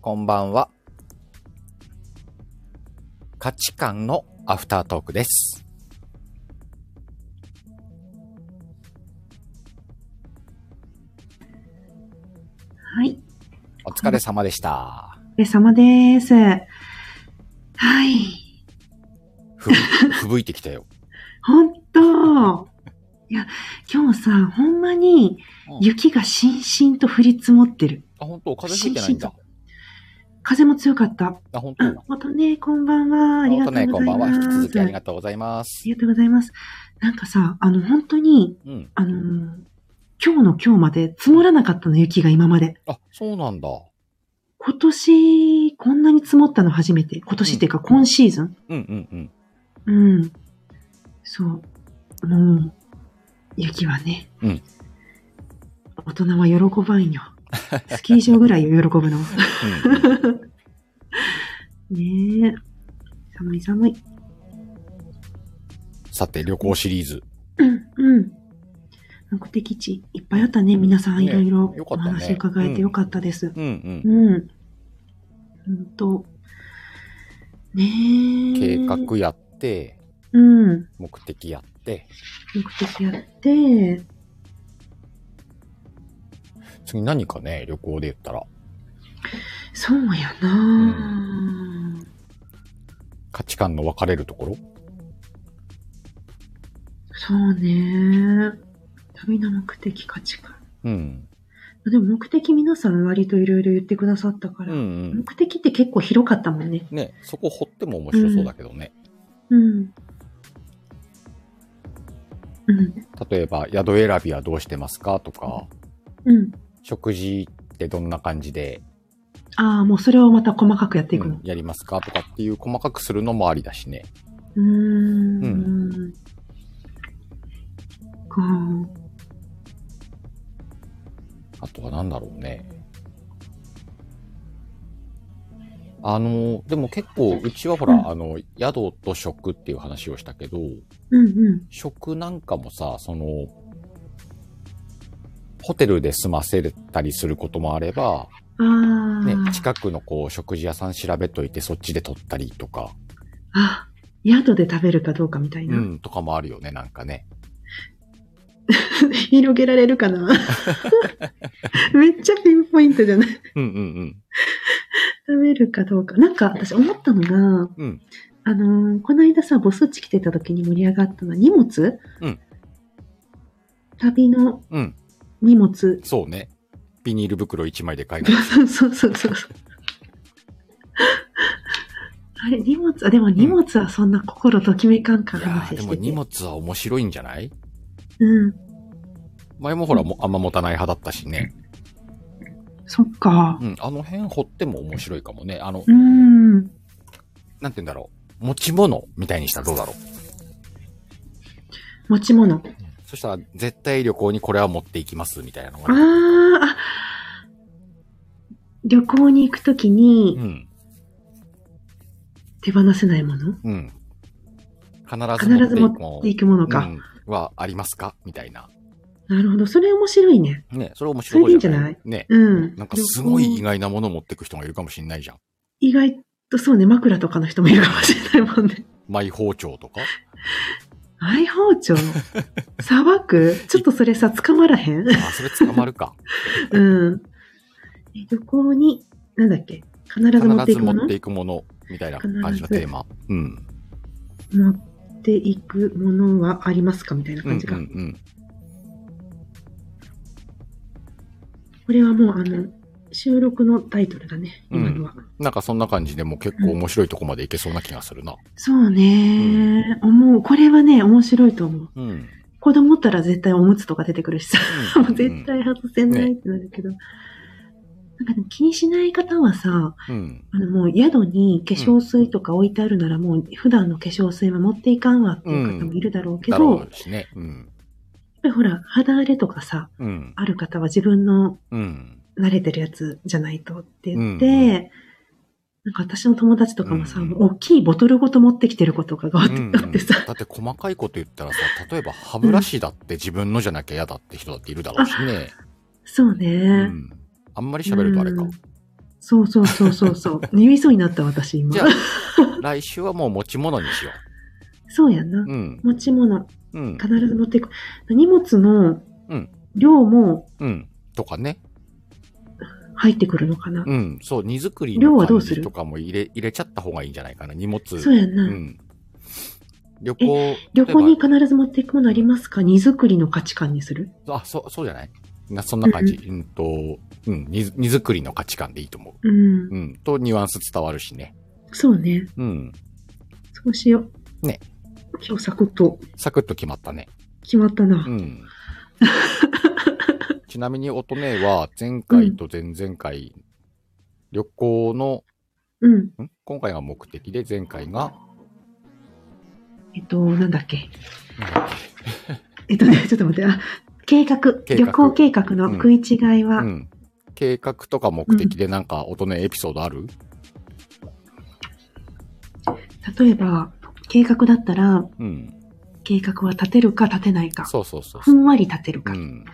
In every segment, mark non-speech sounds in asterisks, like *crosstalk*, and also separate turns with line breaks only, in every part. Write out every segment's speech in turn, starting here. こんばんは。価値観のアフタートークです。
はい。
お疲れ様でした。
お疲れ様です。はい。 *laughs*
ふぶ、ふぶいてきたよ。
ほんと。いや、今日さ、ほんまに雪がしんしんと降り積もってる。
あ、本当風吹いてないんだ。
風も強かった。
あ、本当
あ、またね、こんばんは。ありがとうございます。
こんばんは。引き続きあり
あ
がとうございます。
りがとうございます。なんかさ、あの、本当に、
うん。
あのー今日の今日まで積もらなかったの、雪が今まで。
あ、そうなんだ。
今年、こんなに積もったの初めて。今年っていうか、今シーズン。
うんうんうん。
うん。そう。もう、雪はね。
うん
大人は喜ば
*laughs*
んよ。スキー場ぐらいを喜ぶの。
うんうん
ねえ。寒い寒い。
さて、旅行シリーズ。
うん。うん。目的地いっぱいあったね。皆さんい
ね
ろいろ
よか
お
ったね
話伺えてよかったです。
うんうん。
うん。ほんと。ねえ。
計画やって、
うん。
目的やって、
目的やって、
次何かね、旅行で言ったら、
そうやなあ
価値観の分かれるところ
そうね。旅の目的価値観。
うん。
でも目的皆さん割といろいろ言ってくださったか
うん
ら、
うん。
目的って結構広かったもんね。
ね、そこ掘っても面白そうだけどね。
うん。うん。
例えば、宿選びはどうしてますかとか、
うん。
食事ってどんな感じで、
ああ、もうそれをまた細かくやっていく
う
の
ん。やりますかとかっていう細かくするのもありだしね。
うーん。。
うん
か
あとは何だろうね。あの、でも結構、うちはほら、
うん
あの、宿と食っていう話をしたけど、
うんうん。
食なんかもさ、その、ホテルで済ませたりすることもあれば、
ああ。
ね、近くのこう、食事屋さん調べといてそっちで取ったりとか、
あ、宿で食べるかどうかみたいうな。
ん、とかもあるよね、なんかね。
*laughs* 広げられるかな *laughs* めっちゃピンポイントじゃない
うんうん
食べるかどうか。なんか私思ったのが、
うん。うん。
あのーこの間さ、ボスっち来てた時に盛り上がったのは荷物
うん。
旅の
うん。
荷物。
そうね。ビニール袋1枚で買います。
そうそうそうそう。あれ、荷物、あ、でも荷物はそんな心ときめか
*laughs*
んか
いやー
話
で
し
も
て
荷
て。
物は面白いんじゃない
うん。
前もほらも、あんま持たない派だったしね。
そっか
う。ん、あの辺掘っても面白いかもね。あの
う、ん。
なんて言うんだろう。持ち物みたいにしたらどうだろう。
持ち物。
そしたら、絶対旅行にこれは持っていきます、みたいなの
あ
がね。
ーあ、旅行に行くとき
う
に
ん。
手放せないもの
うん。必ず
必
持って
ず
い
持
くも
っていくものか。
うんはありますかみたいな。
なるほど。それ面白いね。
ね、それ面白いじゃない
そ
ね。
うん。
なんかすごい意
旅行
外なもの持ってく人がいるかもしれないじゃん。
意外とそうね、枕とかの人もいるかもしれないもんね。 *laughs*
マイ包丁とか
マイ包丁さばくちょっとそれさ、捕まらへん
あ、それ捕まる
*laughs*
か。
うん。え旅行に、なんだっけ必ず持っ
必
てい
ず
くも
持っ
の
ていくもの、みたいな感じのテーマ。うん。
持っていくものはありますかみたいな
うんう
感
ん
じが。
うん。
これはもう、あの、収録のタイトルだね、
うん
今のは。
なんかそんな感じでもう結構面白いとこまでいけそうな気がするな。
そうね、思う。これはね、面白いと思う。
うん。うん
子供ったら絶対おむつとか出てくるしさ。 *laughs* もう絶。対外せないってなるけど。なんかでも気にしない方はさ、
うん。
あのもう宿に化粧水とか置いてあるならもう普段の化粧水は持っていかんわっていう方もいるだろうけ
だ
ど、
ろ
やっ
うしね。うん。
ぱりほら、肌荒れとかさ、
うん。
ある方は自分の
うん。
慣れてるやつじゃないとって言って、
うんうん
なんか私の友達とかもさ、
うんうん
もう大きいボトルごと持ってきてることがあっ
う
て,、
ん
あってさ、
だって細かいこと言ったらさ、例えば歯ブラシだって自分のじゃなきゃ嫌だって人だっているだろうしね。
そうね、
うん。あんまり喋るとあれか
うん。そうそうそうそうそう。 *laughs* 言いそうになった私今
じゃ。あ、来週はもう持ち物にしよ
*laughs* そうやんな
う。。うん。
持ち物、
うん。
必ず持っていく。荷物の
うん
量も
うん。とかね。
入ってくるのかな。
うん。そう、荷造り
量
の
はど
感
うす
じ
る
とかも入れ、入れちゃった方がいいんじゃないかな。荷物。
そうやんな。
うん。旅行。
旅行
例
に
え
必ず持っていくものありますか荷造りの価値観にする
ばあ、そう、そうじゃないなそんな感じ。うんと、うん。荷荷造りの価値観でいいと思
うん
う。。うん。と、ニュアンス伝わるしね。
そうね。
うん。
そうしよう。
ね。
今日サクッと
サクッと決まったね。
決まった
*laughs*
な。
うん。ちなみに乙女は前回と前々回、旅行の、
うん。
ん今回が目的で前回が、
えっと、なんだっけ。
なんだっ
えっとね、ちょっ *laughs* と待って。あ、計画。
計画
旅行計画の食い違い
け
は、
うん。計画とか目的でなんか乙女エピソードある
例えば、計画だったら、
うん。
計画は立てるか立てないか。
そうそうそう
ふ
そう。
んわり立てる
う
か。
ん。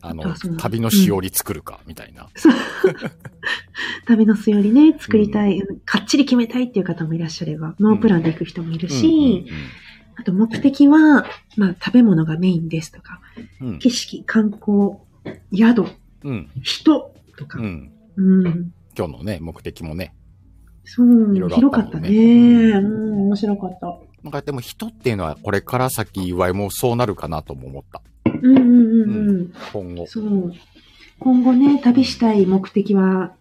あの
あそう、なんだ
旅のしおり作るか、みたいな。
旅のすよりね、作りたい、かっちり決めたいっていう方もいらっしゃれば、ノープランで行く人もいるし、あと目的は、まあ食べ物がメインですとか、
うん。うん。
景色、観光、宿、
うん。
人とか
う、ん。
うん、
今日のね、目的もね。
そう、
いろいろあったもんね
広
う
かったね。うん、面白かった。
なんかでも人っていうのはこれから先岩井もそうなるかなとも思った。
うんうんうんうん。
今後。
そう。今後ね、旅したい目的は、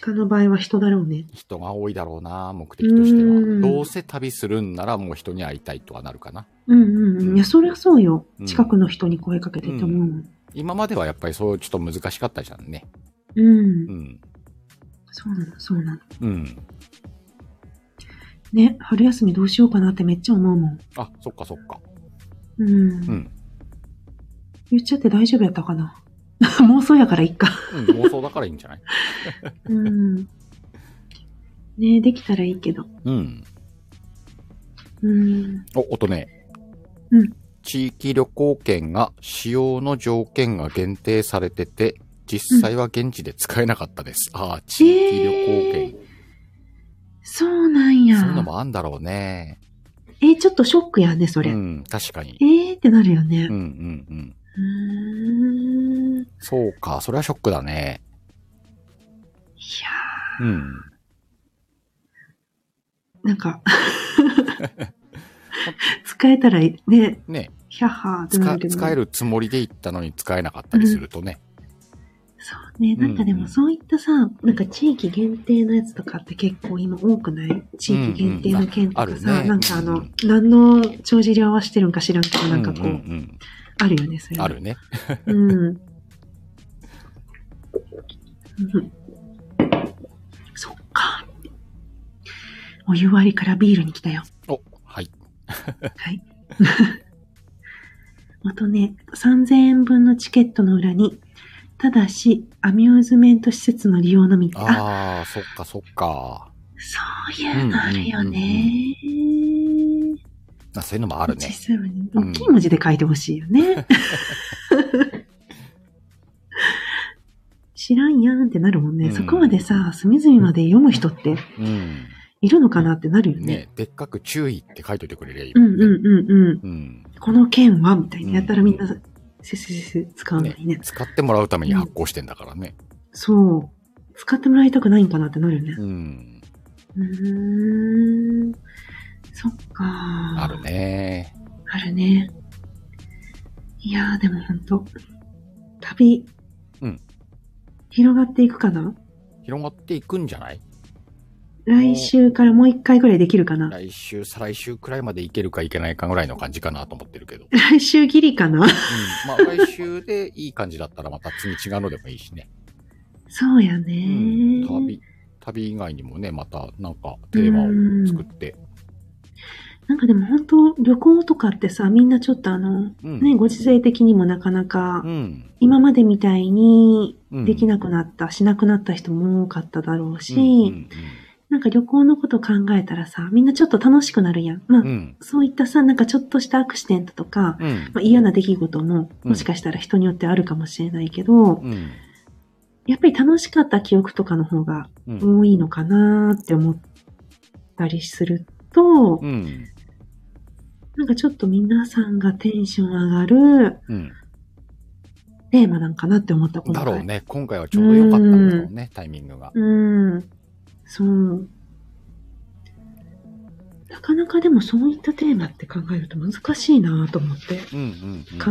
鹿の場合は人だろうね。
人が多いだろうな、目的として
うん
は。どうせ旅するんならもう人に会いたいとはなるかな。
うんうんうん。いや、そりゃそうよ
う。ん
近くの人に声かけてって思うもん。
今まではやっぱりそうちょっと難しかったじゃんね。
うん
う。ん。
そうなの、そうなの。
うん。
ね、春休みどうしようかなってめっちゃ思うもん。
あ、そっかそっか。
うん。
うん。
言っちゃって大丈夫やったかな。 *laughs* 妄想やからいっか。
うん、妄想だからいいんじゃない
うん。ねできたらいいけど。
うん。
うん。
お、音ね。
うん。
地域旅行券が使用の条件が限定されてて、実際は現地で使えなかったです。ああ、地域旅行
え
券。
そうなんや。
そういうのもあんだろうね。
えーちょっとショックやね、それ。
うん、確かに。
えーってなるよね
うんう。んうん。
うーん。い
そうか、それはショックだね。
や
うん。
ーな
*laughs*
んか。使えたらいいね、
ね
ひゃっはーってな
使
るけど、
使えるつもりで行ったのに使えなかったりするとね。
そうね。なんかで
うんう
も
ん
そういったさ、なんか地域限定のやつとかって結構今多くない地域限定の件とか
うんうんああ
さ、
るね
なんかあ
うん
の、
うん
何の帳尻合わしてるんか知らんけど、なんかこう、
うんうん
あるよね、それ
うん、あ。るね。 *laughs*
うん。うんそっか。お湯割りからビールに来たよ。
お、はい。
はい。あとね、3000円分のチケットの裏に、ただし、アミューズメント施設の利用のみ。あ、
ああ、そっかそっか。
そういうのあるよね。
あそういうのもある
小
ね。
さいのに
うん
大きい文字で書いてほしいよね。知らんやんってなるもん
う
ね。
ん
そこまでさ、隅々まで読む人って
うん。
いるのかなってなるよね。
ねでっかく注意って書いといてくれりゃいい
うん
も
うん
ね。
んうんうん。
うん。
この件はみたいな。やったらみんな
う、
せせせせ使うのにね。
使ってもらうために発行してんだからね。
そう。使ってもらいたくないんかなってなるよね。
うん。
うーん。そっか。
あ
あ
る。ね。
あるね。いやー、でもほんと、旅、
うん。
広がっていくかな
広がっていくんじゃない
来週からもう一回ぐらいできるかな
来週、再来週くらいまでいけるかいけないかぐらいの感じかなと思ってるけど。 *laughs* うん。
来週ギリかな
*laughs* まあ来週でいい感じだったらまた次違うのでもいいしね。
そうやね
うん
ー。
旅、旅以外にもね、またなんかテーマを作って。
なんかでも本当旅行とかってさ、みんなちょっとあの、
うん。
ね、ご時世的にもなかなか
う、ん。
今までみたいに
うん
できなくなった、しなくなった人も多かっただろうし、
うん
なんか旅行のこと考えたらさ、みんなちょっと楽しくなるやん。まあ、
うんうん。
そういったさ、なんかちょっとしたアクシデントとか、
うん。
まあ、嫌な出来事も、
うん
もしかしたら人によってあるかもしれないけど、
うん。
やっぱり楽しかった記憶とかの方が
うん
多いのかなって思ったりすると、
うん。
なんかちょっと皆さんがテンション上がる
うん。
テーマなんかなって思ったこと
だろうね。今回はちょうど良かったんだろうね、タイミングが。
うん。そう。なかなかでもそういったテーマって考えると難しいなと思って
うんうん、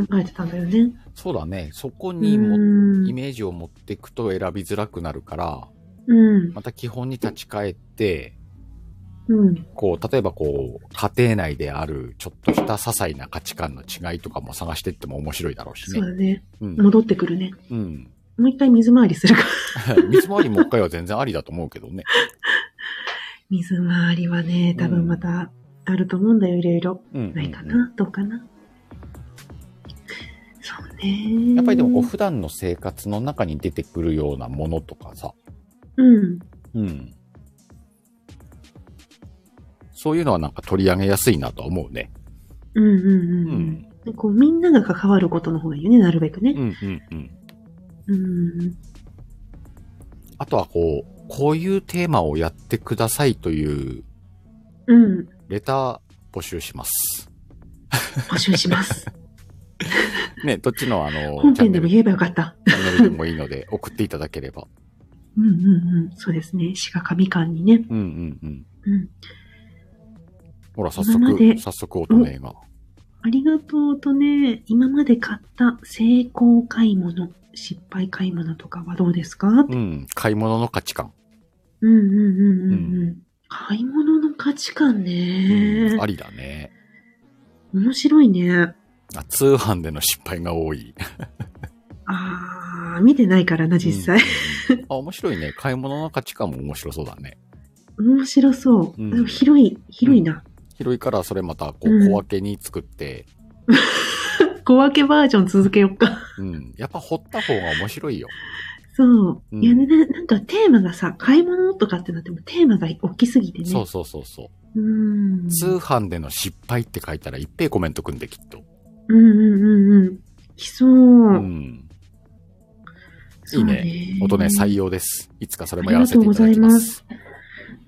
う
考
ん。
えてたんだよね。
そうだね。そこ
う
にも、イ
ん。
メージを持っていくと選びづらくなるから、
うん。
また基本に立ち返って、
うん。
こう、例えばこう、家庭内である、ちょっとした些細な価値観の違いとかも探していっても面白いだろうし
そう
ね。
だね。
うん。
戻ってくるね。
うん。 *laughs*
もう一回水回りするか。
水回りもう一回は全然ありだと思うけどね。
水回りはね、多分またあると思うんだよ、いろいろ。
うんうんうん
ないかなどうかなそうね。
やっぱりでもこう、普段の生活の中に出てくるようなものとかさ、
うん。
うん。そういうのはなんか取り上げやすいなとは思うね。
うんうんうん。
うん
でこうみんなが関わることの方がいいよね、なるべく
う
ね。
んうんうん。
うん。
あとはこう、こういうテーマをやってくださいという
うん。
レター募集します。
募集
*laughs*
します。
ね、どっちのあの、
本
チャ
編
ン
で
ネ
も
ル
言えばよかった。
チャンネルでもいいので送っていただければ。
うんうんうん。そうですね。しがかみ感にね。
うんうんうん。
うん。
ほら、早
今まで
速、早速乙女が。
ありがとうとね、今まで買った成功買い物、失敗買い物とかはどうですか、うん、
うん、買い物の価値観。
うんうんうんうんうん。買い物の価値観
う
ね
ん、。ありだね。
面白いね。
あ通販での失敗が多い。
あー、見てないからな、実際。
うんうんうんあ、面白いね。買い物の価値観も面白そうだね。
面白そう。
うん
でも広い、広いな。
広いからそれまたこう
うん
小分けに作って、
小分けバージョン続けよっか。
うん、やっぱ掘った方が面白いよ。
そう。
うん
いやね、ななんかテーマがさ、買い物とかってなってもテーマが大きすぎてね。。
そうそうそうそう
ん
う。。通販での失敗って書いたら一平コメントくんできっと。
うんうんうんうん。来そう。
うん。い
そ
いうね。音ね採用です。いつかそれもやらせていただきます。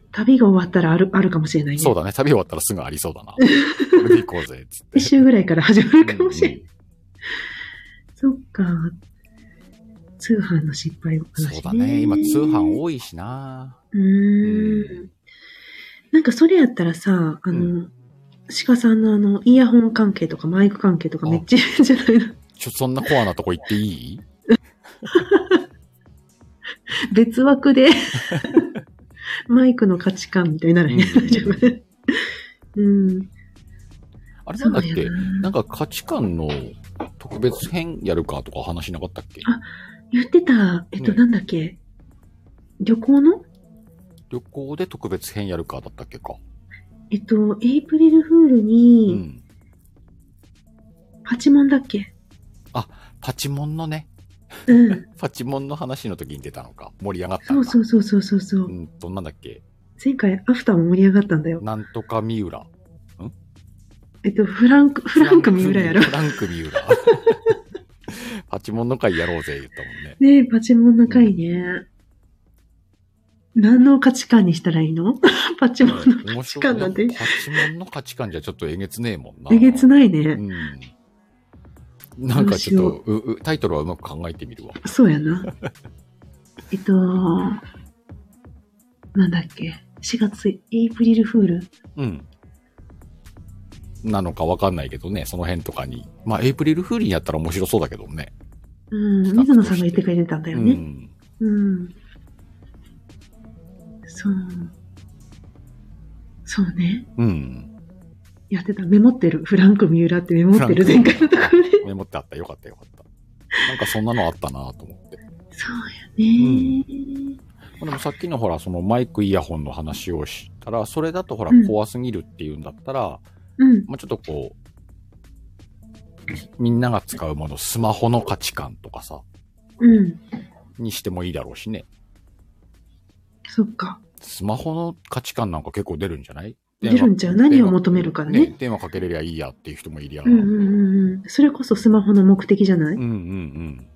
旅が終わったらある、あるかもしれないね。
そうだね。旅終わったらすぐありそうだ
*laughs*
な。これで行こうぜ。つって
来。週ぐらいから始まるかもしれない。そっか。通販の失敗を話
そうだね。今通販
を。
多いしな。
うーん。なんかそれやったらさ、あの、
う
鹿さんのあの、イヤホン関係とかマイク関係とかめっちゃいいんじゃないの *laughs*
ちょ、そんなコアなとこ行っていい
別枠で、マイクの価値観みたいになる
う
ね。
ん
*laughs* 大丈夫。うん。
あれ
そ
な
うん
だっ
だ
け
よ
な
なん
か価値観の特別編やるかとか話しなかったっけ
あ言ってた、えっと、
うん
なんだっけ旅行の
旅行で特別編やるかだったっけか。
えっと、エイプリルフール
う
に、
ん。
パチモンだっけ
パチモンのね、
うん。
パチモンの話の時に出たのか。盛り上がった
そ
の
う
か。
そうそうそうそうそうう。
んと、なんだっけ。
前回、アフターも盛り上がったんだよ。
なんとか三浦。
えっと、フランク、フランク三浦やろ。
フランク三浦。パチモンの回やろうぜ、言ったもんね。
ねえ、パチモンの回ね。何の価値観にしたらいい *laughs* のパチモンの。
面
値観なんて
パチモンの価値観じゃちょっとえげつねえもんな。
えげつ
ね
ないうね。
ん。なんかちょ
ど
っと、ううタイトルはうまく考えてみるわ。
そうや *laughs* な。えっと、なんだっけ。4月、エイプリルフール。
うん。なのかわかんないけどね、その辺とかに。まあ、エイプリルフーリンやったら面白そうだけどね。
うん、水野さんが言ってくれてたんだよ
う
ね。
ん。
うん。そう。そうね。
うん。
やってた。メモってる。フランク三浦ってメモってる。
フラン
前
ク
回のところで。
メモってあった。よかったよかった。なんかそんなのあったなと思って。
そうやね。
でもさっきのほら、そのマイクイヤホンの話をしたら、それだとほら
うん、
怖すぎるっていうんだったら、
うん。
まあちょっとこう、みんなが使うもの、スマホの価値観とかさ、
うん。
にしてもいいだろうしね。
そっか。
スマホの価値観なんか結構出るんじゃない
出るんちゃう何を求めるかね
ね。電話かけれりゃいいやっていう人もいりゃ。
うんうんうんうん。それこそスマホの目的じゃない、
うんうん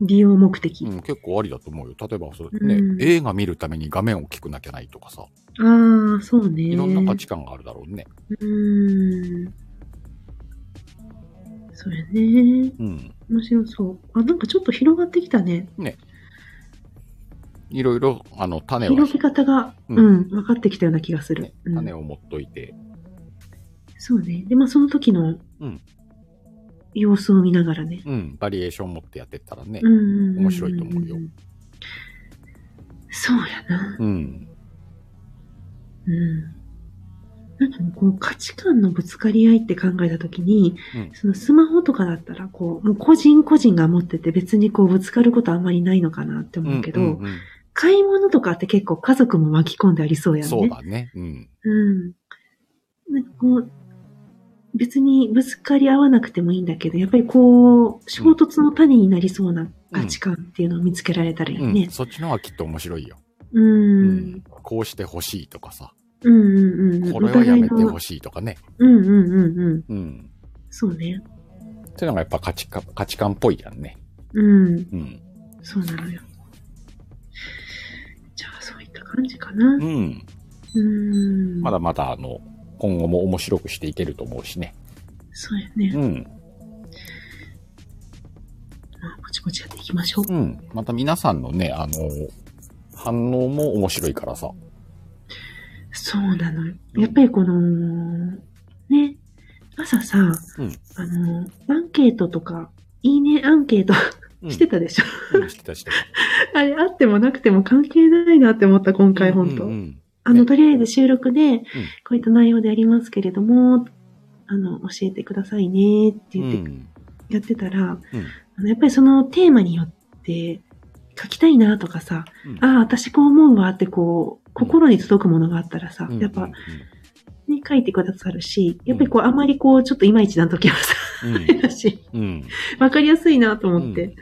利用目的。
うん、結構ありだと思うよ。例えば、それ
う
ね
ん、
映画見るために画面大きくなきゃないとかさ、
ああ、そうね。
いろんな価値観があるだろうね。
うーん。そうやね。
うん。
面白そう。あ、なんかちょっと広がってきたね。
いろいろ、あの、種を、
広げ方が、
う
うんん、分かってきたような気がする
ね。
うん
種を持っといて、
そうね。で、まあその時の
うん
様子を見ながらね。
うん、バリエーション持ってやってったらね
う、んうんうん。
面白いと思うよ。
そうやな。
うん、
うん。なんかこう価値観のぶつかり合いって考えた時に、
うん
そのスマホとかだったらこう、もう個人個人が持ってて別にこうぶつかることあんまりないのかなって
うん。
思うけど、
うんうん
買い物とかって結構家族も巻き込んでありそうやんね。
そうだね。うん。
うん。なんかこう、別にぶつかり合わなくてもいいんだけど、やっぱりこう、衝突の種になりそうな価値観っていうのを見つけられたらいい
うん
ね。
そっちの方がきっと面白いよ。
う。
うんこうしてほしいとかさ、
うんうんうん。
これはやめてほ
い。
しいとかね。
うんうんうんうん。
うん。
そうね。
っていうのがやっぱ価値観、価値観っぽいじゃんね。
うん。
うん。
そうなのよ。じゃあ、そういった感じかな
う。ん。
うん。
まだ。まだあの、今後も面白くしていけると思うしね。
そうやね。
うん。
まあ、こちこちやっていきましょう。
うん。また皆さんのね、あの、反応も面白いからさ。
そうなのよ。やっぱりこの、ね、朝さ、
うん
あの、アンケートとか、いいねアンケート
うん
してたでしょ。
うんしてたしてた。
あれ、あってもなくても関係ないなって思った、今回、本当、
うんうん
あの、とりあえず収録で、こういった内容でありますけれども、あの、教えてくださいねって
う
言って、
ん。
やってたら、
うん
あのやっぱりそのテーマによって、書きたいなとかさ、
うん
ああ、私こう思うわってこう、心に届くものがあったらさ、やっぱ、、ね、書いてくださるし、やっぱりこう、あまりこう、ちょっといまいちな時はさ、
うんうん
変だし、
うん。
*laughs* わかりやすいなと思って。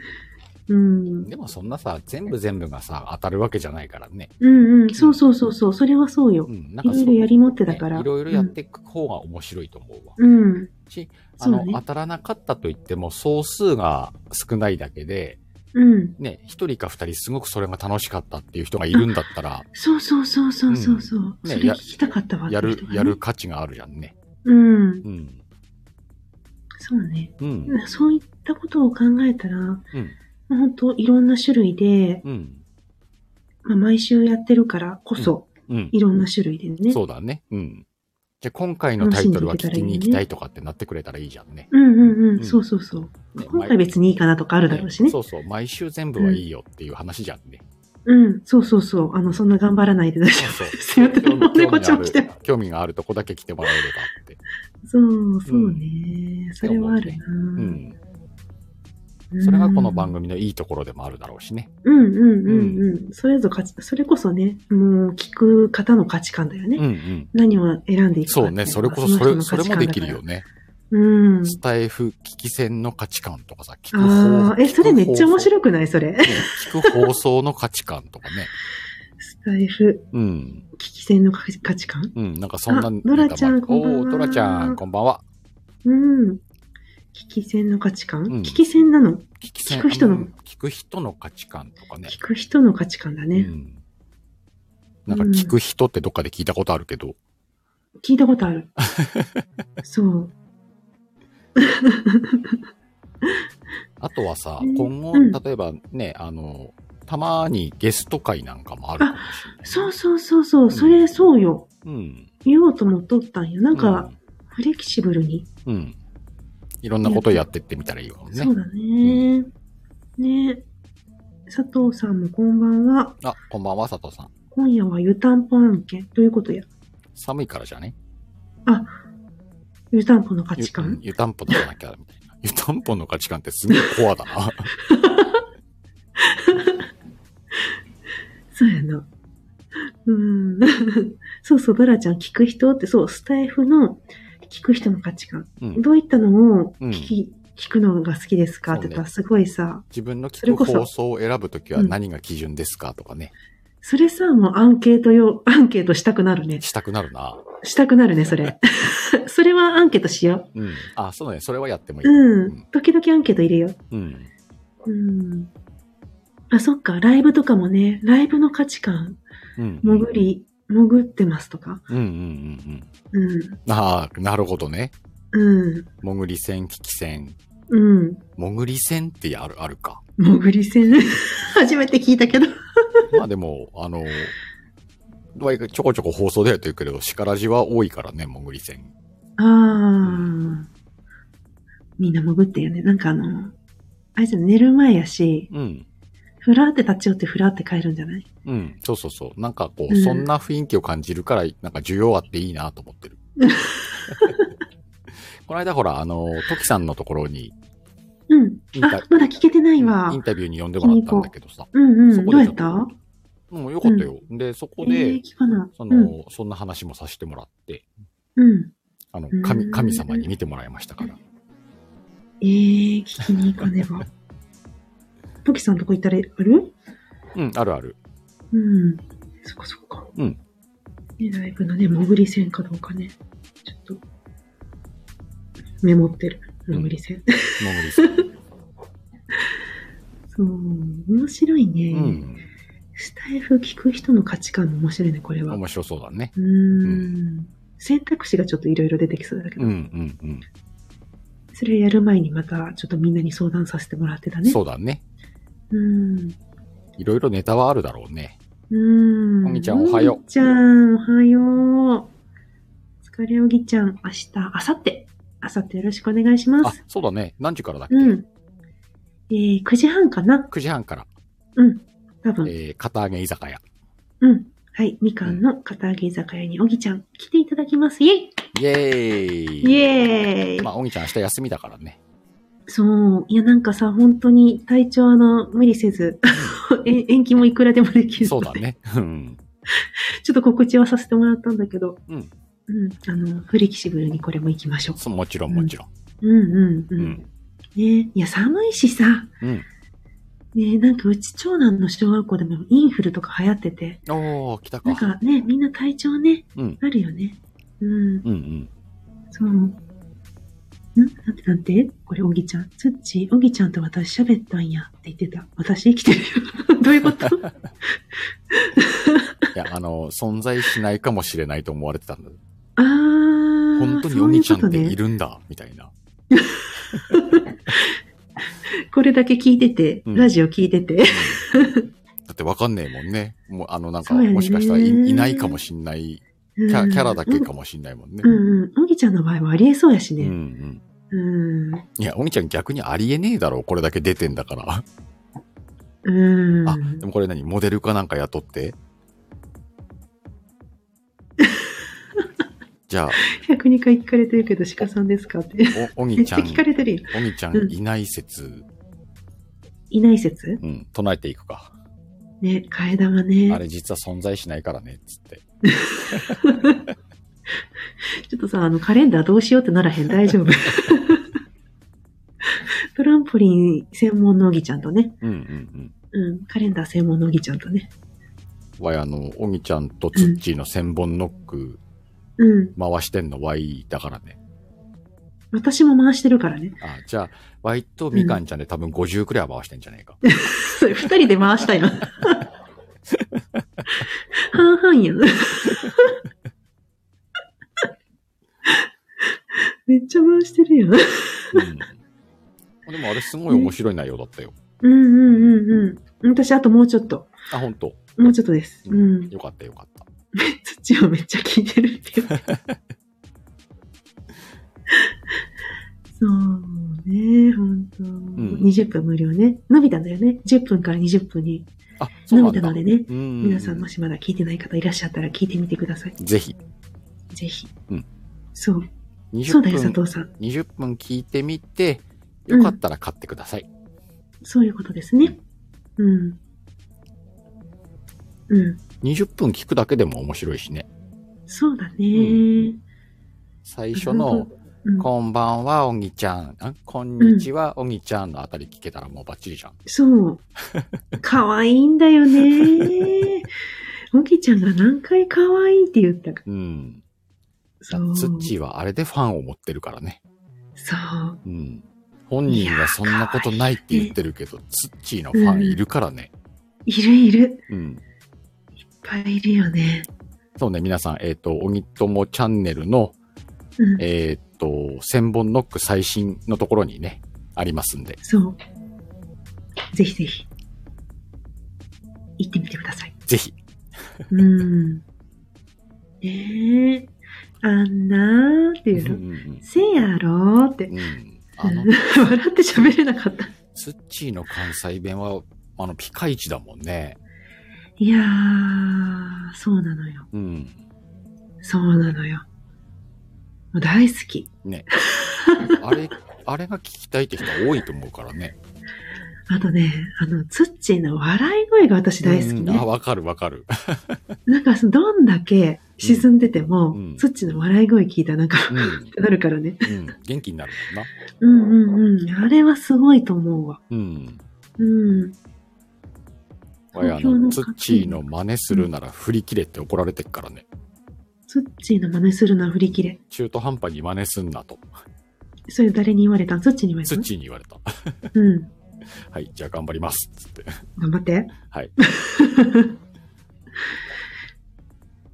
うん。
でもそんなさ、全部全部がさ、当たるわけじゃないからね。
うんうん。そうそうそうそう。それはそうよ
う。ん。なんか
いろ
そう
いろやりもってだから。
ねいろいろやっていく方が面白いと思うわ。
うん。うん。
し、あ
そうね
の、当たらなかったといっても、総数が少ないだけで、
うん。
ね、一人か二人すごくそれが楽しかったっていう人がいるんだったら、
そうそうそうそうそうそう。
ね
それ
や
聞きたかったわ。
やる
っていう、人が
や
ね
る。価値があるじゃんね。
うん。
うん。
そうね。
うん。
そういったことを考えたら、も
うん。
う本当いろんな種類で、
うん。
まあ、毎週やってるからこそ、
うん。
いろんな種類でね。
そうだね。うん。じゃあ今回のタイトルは聞きに行きたいとかってなってくれたらいいじゃんね。
うんうん
う
うんん。そうそうそう。
ね
今回別にいいかなとかあるだろうしね。
そうそう。毎週全部はいいよっていう話じゃんね。
うん、そうそうそう。あの、そんな頑張らないで大丈
そう
夫 *laughs* ですよ。もう猫ちゃん来て。
興味があるとこだけ来てもらえればって。
そう、そうね。それはあるな。
う。
うん
それがこの番。組のいいところでもあるだろうしね。
うんうんうんうん。それぞ価値、それこそね、もう聞く方の価値観だよ
うんう
ね。
ん。
何を選んでいくか。
そうね。それこそ、それ、それもできるよ
ね。
ね。
うん。
スタイフ聞き戦の価値観とかさ、聞く
ああ、え、それめっちゃ面
い。
白くないそれ。
ね聞く放送の価値観とかね。
スタイフ、
うん。
聞き戦の価値観
うん。なんかそんな
あ
ネタもあ
ド
る。
ラちゃんこんばんは
おードラちゃん、こんばんは。
うん。聞き戦の価値観
ん
聞き戦なの。
聞き戦
聞く人の
あ聞く人の価値観とかね。
聞く人の価値観だ
う
ね。
ん。なんか聞く人ってどっかで聞いたことあるけど、
聞いたこと
*laughs*
ある。そう。
あとはさ、
うん
今後、
うん
例えばね、あの、たまにゲスト会なんかもあるかもしれない。
そうそうそうそう、それそうよ。
うん。
言おうと思っとったんよ。なん
う
か、、フレキシブルに。
うん。いろんなことやってってみたらいいかも
そ
ね。
うだね。ね佐藤さんもこんばんは。
あ、こんばんは、佐藤さん。
今夜は湯たんぽ案件。どういうことや
寒いからじゃね
湯たんぽの価
ゆ
値観
湯たんぽ出さなきゃ、み *laughs* たいな。湯たんぽの価値観ってすげえコアだな。 *laughs*
そうやな。うん。 *laughs* そうそう、ドラちゃん聞く人って、そう、スタイフの聞く人の価値観。
うん。
どういったのを
うん
聞き、聞くのが好きですかって言ったら、すごいさ、
自分の
それ
聞く
こそ
放送を選ぶときは何が基準ですかとかね。
それさ、もうアンケート用、 *laughs* アンケートしたくなるね。
したくなるな。
したくなるね、
*laughs*
それ。それはアンケートしよ。
うん。あ、そうだね。それはやってもいうい。
うん。時々アンケート入れよ
うん。
う。うん。あ、そっか、ライブとかもね、ライブの価値観、
うん
潜。り、潜ってますとか。
うんうんうん
うん、
うん。ああ、なるほどね。
うん、
潜り線、危機線。
うん。
潜り線ってある、あるか。
潜り線。 *laughs* 初めて聞いたけど。
まあでも、あの、割とちょこちょこ放送では言うけれど、叱らじは多いからね、潜り線。
ああ。みんな潜ってよね。なんかあの、あれじゃん寝る前やし、
うん。
ふらーって立ち寄ってふらーって帰るんじゃない
うん。そうそうそう。なんかこ
う
う、
ん
そんな雰囲気を感じるから、なんか需要あっていいなと思って
*laughs*
る。この間ほら、あの、トキさんのところに
うん。
インタ
あ、まだ聞けてないわ
イン。タビューに呼んでもらったんだけどさ。
うんう
そ
ん。
こ
どう
で
や
ちょ
っ
っと
た
うん、よかったよ。で、そこ
え
で
ー、、聞かな。
そ
うん。
の、そんな話もさせてもらって、
うん。
あの
う、ん
神、神様に見てもらいましたから。
えー、聞きに行かね
*laughs*
ば。トキさんとこ行ったらある
うん、あるある。
うん。そっかそっか。
うん。
ね、ライブのね、潜り線かどうかね。ちょっと、メモって
う
る。
ん
潜り線。
潜り線。
*laughs* そう、面白いね。
うん。
スタイフ聞く人の価値観も面白いね、これは。う
面白そうだね。
ーん,、選択肢がちょっといろいろ出てきそうだけ
う
ど、
ん、うん、うん。
それをやる前にまたちょっとみんなに相談させてもらってたね。
そうだね。
う。うん。
いろいろネタはあるだろうね。
うん。
おぎちゃんおはよう
おぎちゃん、おはよう。疲れおぎちゃん、明日、明後日。明後日よろしくお願いしま
あ
す。、
そうだね。何時からだっけ、
うん。えー、9時半かな
?9 時半から、
うん。多分。
えー、片揚げ居酒屋。
うん。はい。みかんの片揚げ居酒屋におぎちゃん来ていただきます。イェイ
イエーイ
イエーイ、
まあ、おぎちゃん明日休みだから
*laughs*
ね。
そう。いや、なんかさ、本当に体調あの、無理せず、 *laughs* え延期もいくらでもできる。
そうだ。ね。うん。
*laughs* ちょっと告知はさせてもらったんだけど。
うん。
うん。あの、フレキシブルにこれも行きましょ
そうもちろん、もちろん。
う。うんうん
う
う。
んん。
ねいや、寒いしさ。
うん。
ねなんかうち長男の小学校でもインフルとか流行ってて。
おー、来た
なん
か。
かね、みんな体調ね、
うん。
あるよね。うん。
うん、うん。
そう。んなんてなんてこれ、おぎちゃん。つっち、おぎちゃんと私喋ったんやって言ってた。私生きてるよ。 *laughs* どういう
*laughs*
こと
いや、あの、存在しないかもしれないと思われてたんだ。
あー。
本当に
そう
お
い
ぎ
う
ちゃ
こ
ん
と
って
ね
いるんだ、みたいな。
これだけ聞いてて、
うん
ラジオ聞いてて。
だってわかんねえもんね。もう、あの、なんか、
そうやね
もしかしたらいいないかもしんない。
キ
キャキャラだけ。かもしんないもんね。
うんうん。おぎちゃんの場合はありえそうやし
うん、う
ね。
ん。
うん。う
いや、おぎちゃん逆にありえねえだろう、これだけ出てんだから。
ん。
あ、でもこれ何モデルかなんか雇
*laughs*
って。じゃあ、
102回聞かれてるけど、鹿さんですかって。
お、お
*laughs* めっ
ぎち
ち
ゃ
ゃ
ん、
聞かれてるよ。
おぎちゃん
うん
いない説、
いない説
うん、唱えていくか。
ね、替え玉
あ
ね。
れ実は存在しないからね、つって。
ちょっとさ、あの、カレンダーどうしようってならへん。大丈夫。トランポリン専門のおぎちゃんとね。
うんうんうん。
うん。カレンダー専門のおぎちゃんとね。
わい、あの、おぎちゃんとツッチーの千本ノック
うん。
回してんのわいだからね。
私も回してるからね。
あ、じゃあ、わいとみかんちゃんで多分50くらいは回してんじゃねえか。
それ二人で回したやん。半々やん。めっちゃ回してるやん。
うん。でもあれすごい面白い内容だったよ。
うんうんうんうん。私、あともうちょっと。
あ、本当
もうちょっとです。うん。
よかったよかった。
土をめっちゃ聞いてるっていう。そうね、本当、20分無料ね。伸びたんだよね。10分から20分に
あ、そうな
伸
ん
び
だ。
たのでね。
うんうんうん
皆さんもしまだ聞いてない方いらっしゃったら聞いてみてください。
ぜひ。
ぜひ。
うん
そう。そうだよ、
20
佐
分、
藤さん。
20分聞いてみて、よかったら買ってください。
そういうことですね。うん。うん。
20分聞くだけでも面白いしね。
そうだね。
最初の、
うん、
こんばんは、おぎちゃん。あこんにちは、おぎちゃんのあたり聞けたらもうバッチリじゃん。
そう。可愛いんだよね。おきちゃんが何回可愛いって言ったか。
うん。
そ
だ
う。
ツッチーはあれでファンを持ってるからね。
そう。
うん。本人はそんなことないって言ってるけど、ツッチーのファンいるからね。
いるいる。
うん。
いっぱいいるよね。
そうね、皆さん、えっ、と、おぎともチャンネルの、
うん。
えっ、と、千本ノック最新のところにね、ありますんで。
そう。ぜひぜひ。行ってみてください。
ぜひ。
うん。ねえ。あんなーって
うん
いうの。
うん
せやろーって
う。んうん。あの、
*laughs* 笑って喋れなかった。
ツッチーの関西弁は、あの、ピカイチだもんね。
いやー、そうなのよ。
うん。
そうなのよ。もう大好き。
ね。あれ、あれが聞きたいって人多いと思うからね。
あとね、あの、ツッチーの笑い声が私大好き
うんあ、
ね。
わかるわかる。
なんか、どんだけ沈んでても、
うんうん
ツッチーの笑い声聞いたらなんか、
うん。う
なるからね。
ん。元気になるもんな。
うんうんうん。あれはすごいと思うわ。
うん。
うん。
これあ
東京
の、
の
ツッチーの真似するなら振り切れって怒られてっからね。
ツッチーの真似するな振り切れ。
中途半端に真似すんなと。
それ誰に言われたんツッチーに言われ
ツ
た
ッ
の
チーに言われた。
うん。
はい、じゃあ頑張ります。つって。
頑張って。
はい。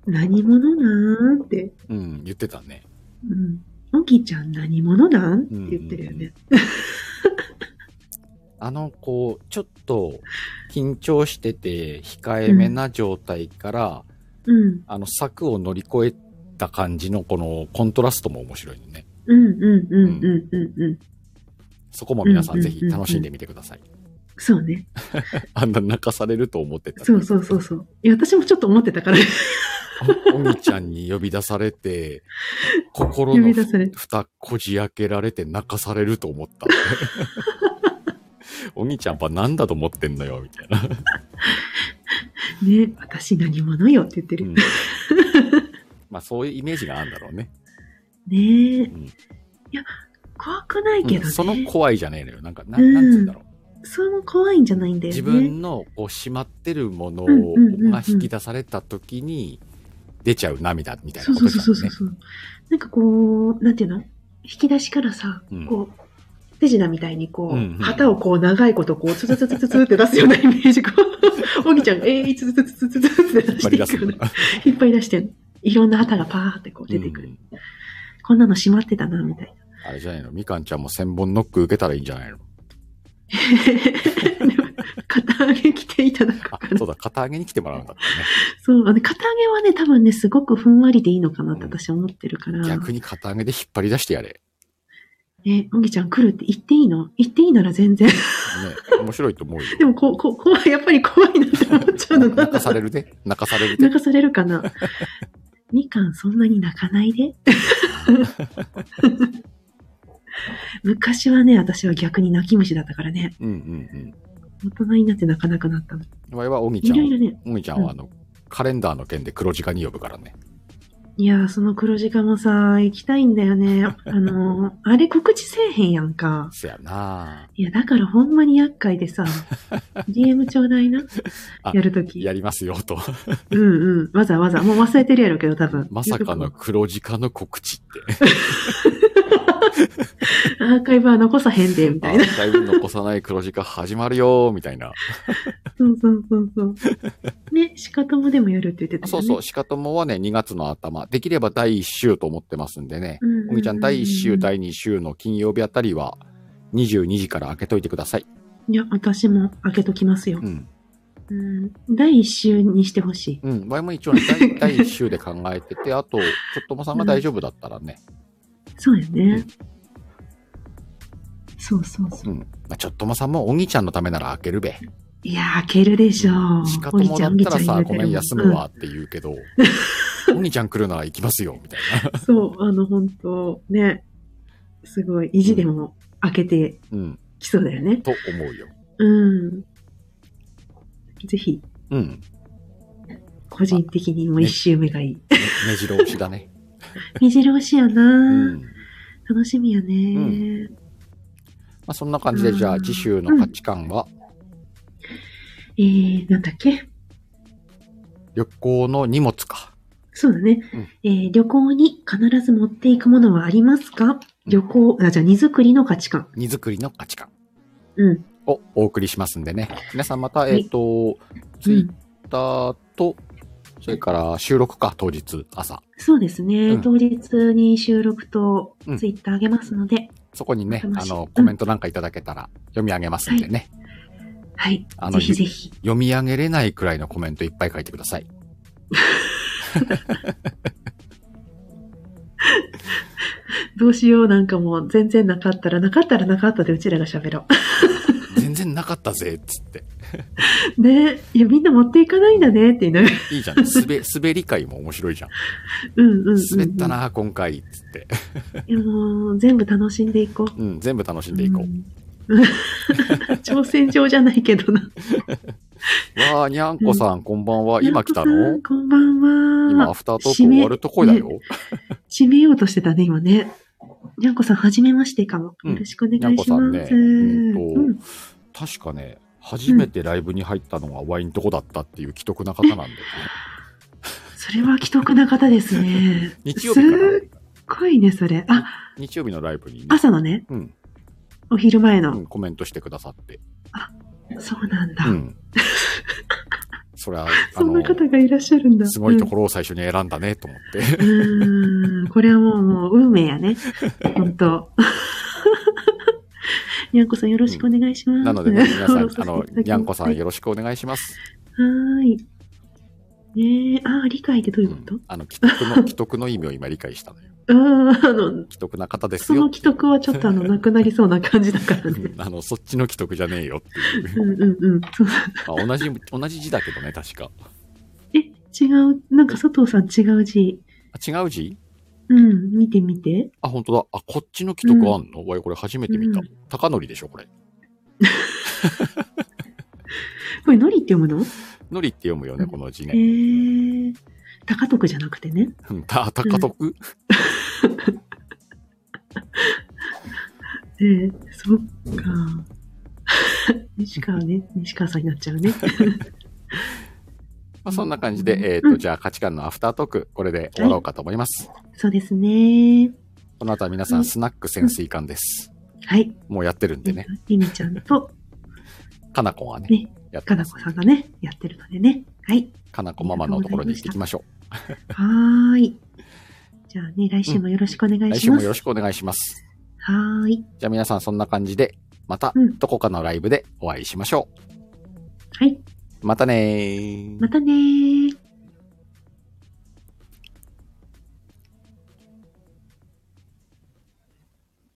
何者なんって。
うん、言ってたね。
うん。おぎちゃん何者なんって言ってるよね。
あの、こう、ちょっと緊張してて、控えめな状態から、
うん。
あの、柵を乗り越えた感じのこのコントラストも面白いのね。
うんうんうんうんうんうん。
そこも皆さ
うんんう
ぜ
んうんうん
ひ楽しんでみてください。
そうね。
あんな泣かされると思ってた。
そうそうそうそう。いや、私もちょっと思ってたから。
おみちゃんに呼び出されて、心
呼
の
び出され
蓋こじ開けられて泣かされると思った。おみちゃんは何だと思ってんのよ、みたいな。
ね、私何者よって言って
う
る。 *laughs*
んまあそういうイメージがあるんだろうね。
ねえ
うん。
怖くないけどね。
うんその怖いじゃねえのよ。なんか、な
うん
なんつうんだろう。
その怖いんじゃないんだよね。
自分のこうしまってるもの
うんうんうんうん
が引き出された時に出ちゃう涙みたいな
そう
こ
そ
と
う
じ
そう
ゃね
そう。そう。なんかこう、なんていうの引き出しからさ、
うん
こう、手品みたいにこう、
うんうん
旗をこう長いことこう、ツツツツツツって出すようなイメージ、こう、おぎちゃんが、えい、ツツツツツツツって
引
出
っ
し
張
て
り
い
出
く
す
よ
ん
ね
だ。
いっぱい出して、いろんな旗がパーってこう出てくる。
うん
こんなの閉まってたな、みたい
あれじゃないのみかんちゃんも千本ノック受けたらいいんじゃないの
な。でも片揚げ着ていただく
あ
か、
そ
ら。
うだ、片揚げに来てもらうんだっ
そう、あの、片揚げはね、多分ね、すごくふんわりでいいのかなって
うん
私は思ってるから
た。ね。逆に片揚げで引っ張り出してやれ。
え、おぎちゃん来るって言っていいの言っていいなら
*laughs*
全然。 *laughs*
ね、面白いと思うよ。
でも、こう、こう、怖い、やっぱり怖いなって思っちゃう
*laughs*
のな
泣かされるね。泣かされるね。
泣かされるかなみかんそんなに泣かない
*laughs*
で。昔はね、私は逆に泣き虫だったからね。
うんうん
大人になって泣かなくなったの。
うん。我々はおみち
い
ゃ
ろいろ
ん、
ね。
おみちゃんはあの、カレンダーの件で黒字化に呼ぶからね。
いやー、その黒字化もさ、行きたいんだよね。あのー、 *laughs* あれ告知せえへんやんか。
せやない
や、だからほんまに厄介で
*laughs*
さ、DM ちょうだいな
あ。
やるとき。
やりますよと。
うんうん。わざわざ。もう忘れてるやろうけど、多分。
*laughs* まさかの黒字化の告知って。
アーカイブは残さへんで、み
ア
たいな。
ーカイブ残さない黒字化始まるよーみたいな。
そうそうそうそう。ね、仕方もでもやるって言ってた、ね。
そうそう、。しかともはね、2月の頭、できれば第1週と思ってますんでね。
うんうんうん
おみちゃん、第1週、第2週の金曜日あたりは、22時から開けといてください。
いや、私も開けときますよ
う。ん。
うん。第一週にしてほしい。
うん。ワイも一応ね、第 *laughs* 第1週で考えてて、あと、ちょっともさんが大丈夫だったらね、
そうよね。
うん
そうそうそうう。
ん。まあ、ちょっともさんも、おぎちゃんのためなら開けるべ。
いや、開けるでしょう。
しかともだったらさ、
おぎちゃん
ごめん、休む。わって言うけ
*laughs*
ど、おぎちゃん来るなら行きますよ、みたいな。
おぎちゃんうんそう、あの、本当ね。すごい、意地でも開けて
うん。
きそうだよね。
と思うよ。
うん。ぜひ、
うん。ね
個人的にも一周目がいい。
目白押しだね。
目白押しやな、
うん。
楽しみやね、
んまあ、そんな感じで、じゃあ、次週の価値観は、
えー、なんだっけ
旅行の荷物か。
そうだね、
うん
えー旅行に必ず持っていくものはありますか旅行、あ、じゃあ荷造りの価値観。
荷造りの価値観
うん。
をお送りしますんでね。皆さんまた、え
い
っ、と、ツイッターと、それから収録か、当日、朝。
そうですね。
うん
当日に収録と
うん
ツイッターあげますので、
そこにね、
楽
あ
しい
の、コメントなんかいただけたら読み上げますんでね。
はい
あ。の
ぜひぜひ。
読み上げれないくらいのコメントいっぱい書いてください。
どうしようなんかもう全然なかったら、なかったらなかったでうちらが喋ろ
全然なかったぜ、つって。
う。 *laughs* ねいや、みんな持っていかないんだねって言いながら。
いいじゃん。すべ、滑り会も面白いじゃん。
うんうんうん、うん。
滑った。な、今回、つって。
いや、もう全部楽しんでいこう。
うん、全部楽しんでいこう。
うん。 *laughs* 挑戦状じゃないけ
*laughs*
どな。
わあ、にゃんこさん、こんばんは。今来た
ナ
の
オコさんこんばんは。
今、アフタートーク終わるとこだよ。
締めようとしてたね、今ね。にゃんこさん、はじめましてかも。
うん
よろしくお願
にゃん
い
こ
し
さ
ま
んね、
す。
うんと
うん
確かね、初めてライブに入ったのがワインとこだったっていう既得な方なんで、。
それは既得な方ですね
*laughs* 日曜日かな
すっごいね、それ。あ、
日曜日のライブにね、
朝のね、
うん、
お昼前
う
の。
んコメントしてくださって。
そうなんだ
う。
*laughs*
ん。そりゃ、あ
そん
の
な、方がいらっしゃるんだ。
すごいところを最初に選んだね、と思って。
うん。うーん。これはもう、もう、運命
*laughs*
やね。本当 *laughs* にゃんこさん、よろしくお願いします。
なので
*laughs*
ね、皆さん、あの、にゃんこさん
よ
よろしくお願いします。
はーい。ねえ、あー、理解ってどういううこと
ん、あの、既得の、既得の意味を今理解したのよ。
ああ、あの、
既得な方です
その
よ。
既得はちょっとあの、なくなりそうな感じだか
う
らね
ん。あの、そっちの既得じゃねえよっていう。
うんうんうん。そう
まあ、同じ、同じ字だけどね、確か。
え、違う、なんか佐藤さん違う字。
あ違う字
うん、見てみて。
あ、本当だ。あ、こっちの既得あんの、わい、これ初めて見た
うん。
高典でしょ、これ。
これ、のりって読むの
のりって読むよね、この字ね。
えー、高徳じゃなくてね。
うんた、高徳
えー、そっか。 *laughs* 西川ね、西川さんになっちゃう
*laughs*
ね。
まあ、そんな感じで、えっ、
う
と、
ん
じゃあ価値観のアフタートーク、これで終わろうかと思います。
そうですね。
この後は皆さ、
うんん
スナック潜水艦です。
はい。
もうやってるんでね。
りみちゃんと、
かなこはね、
ね、
やって
か
ま
な
す
こ。さんがね、やってるのでね。はい。
かなこママのところに行ってきましょ
はーい。じゃあね、来週もよろしくお願
う。
い
来
し
週
ま
も
す。
よろしくお願いします。
はーい。
じゃあ皆さん、そんな感じで、また
うん、
どこかのライブでお会いしましょ
はい。
う。またねー。
またねー。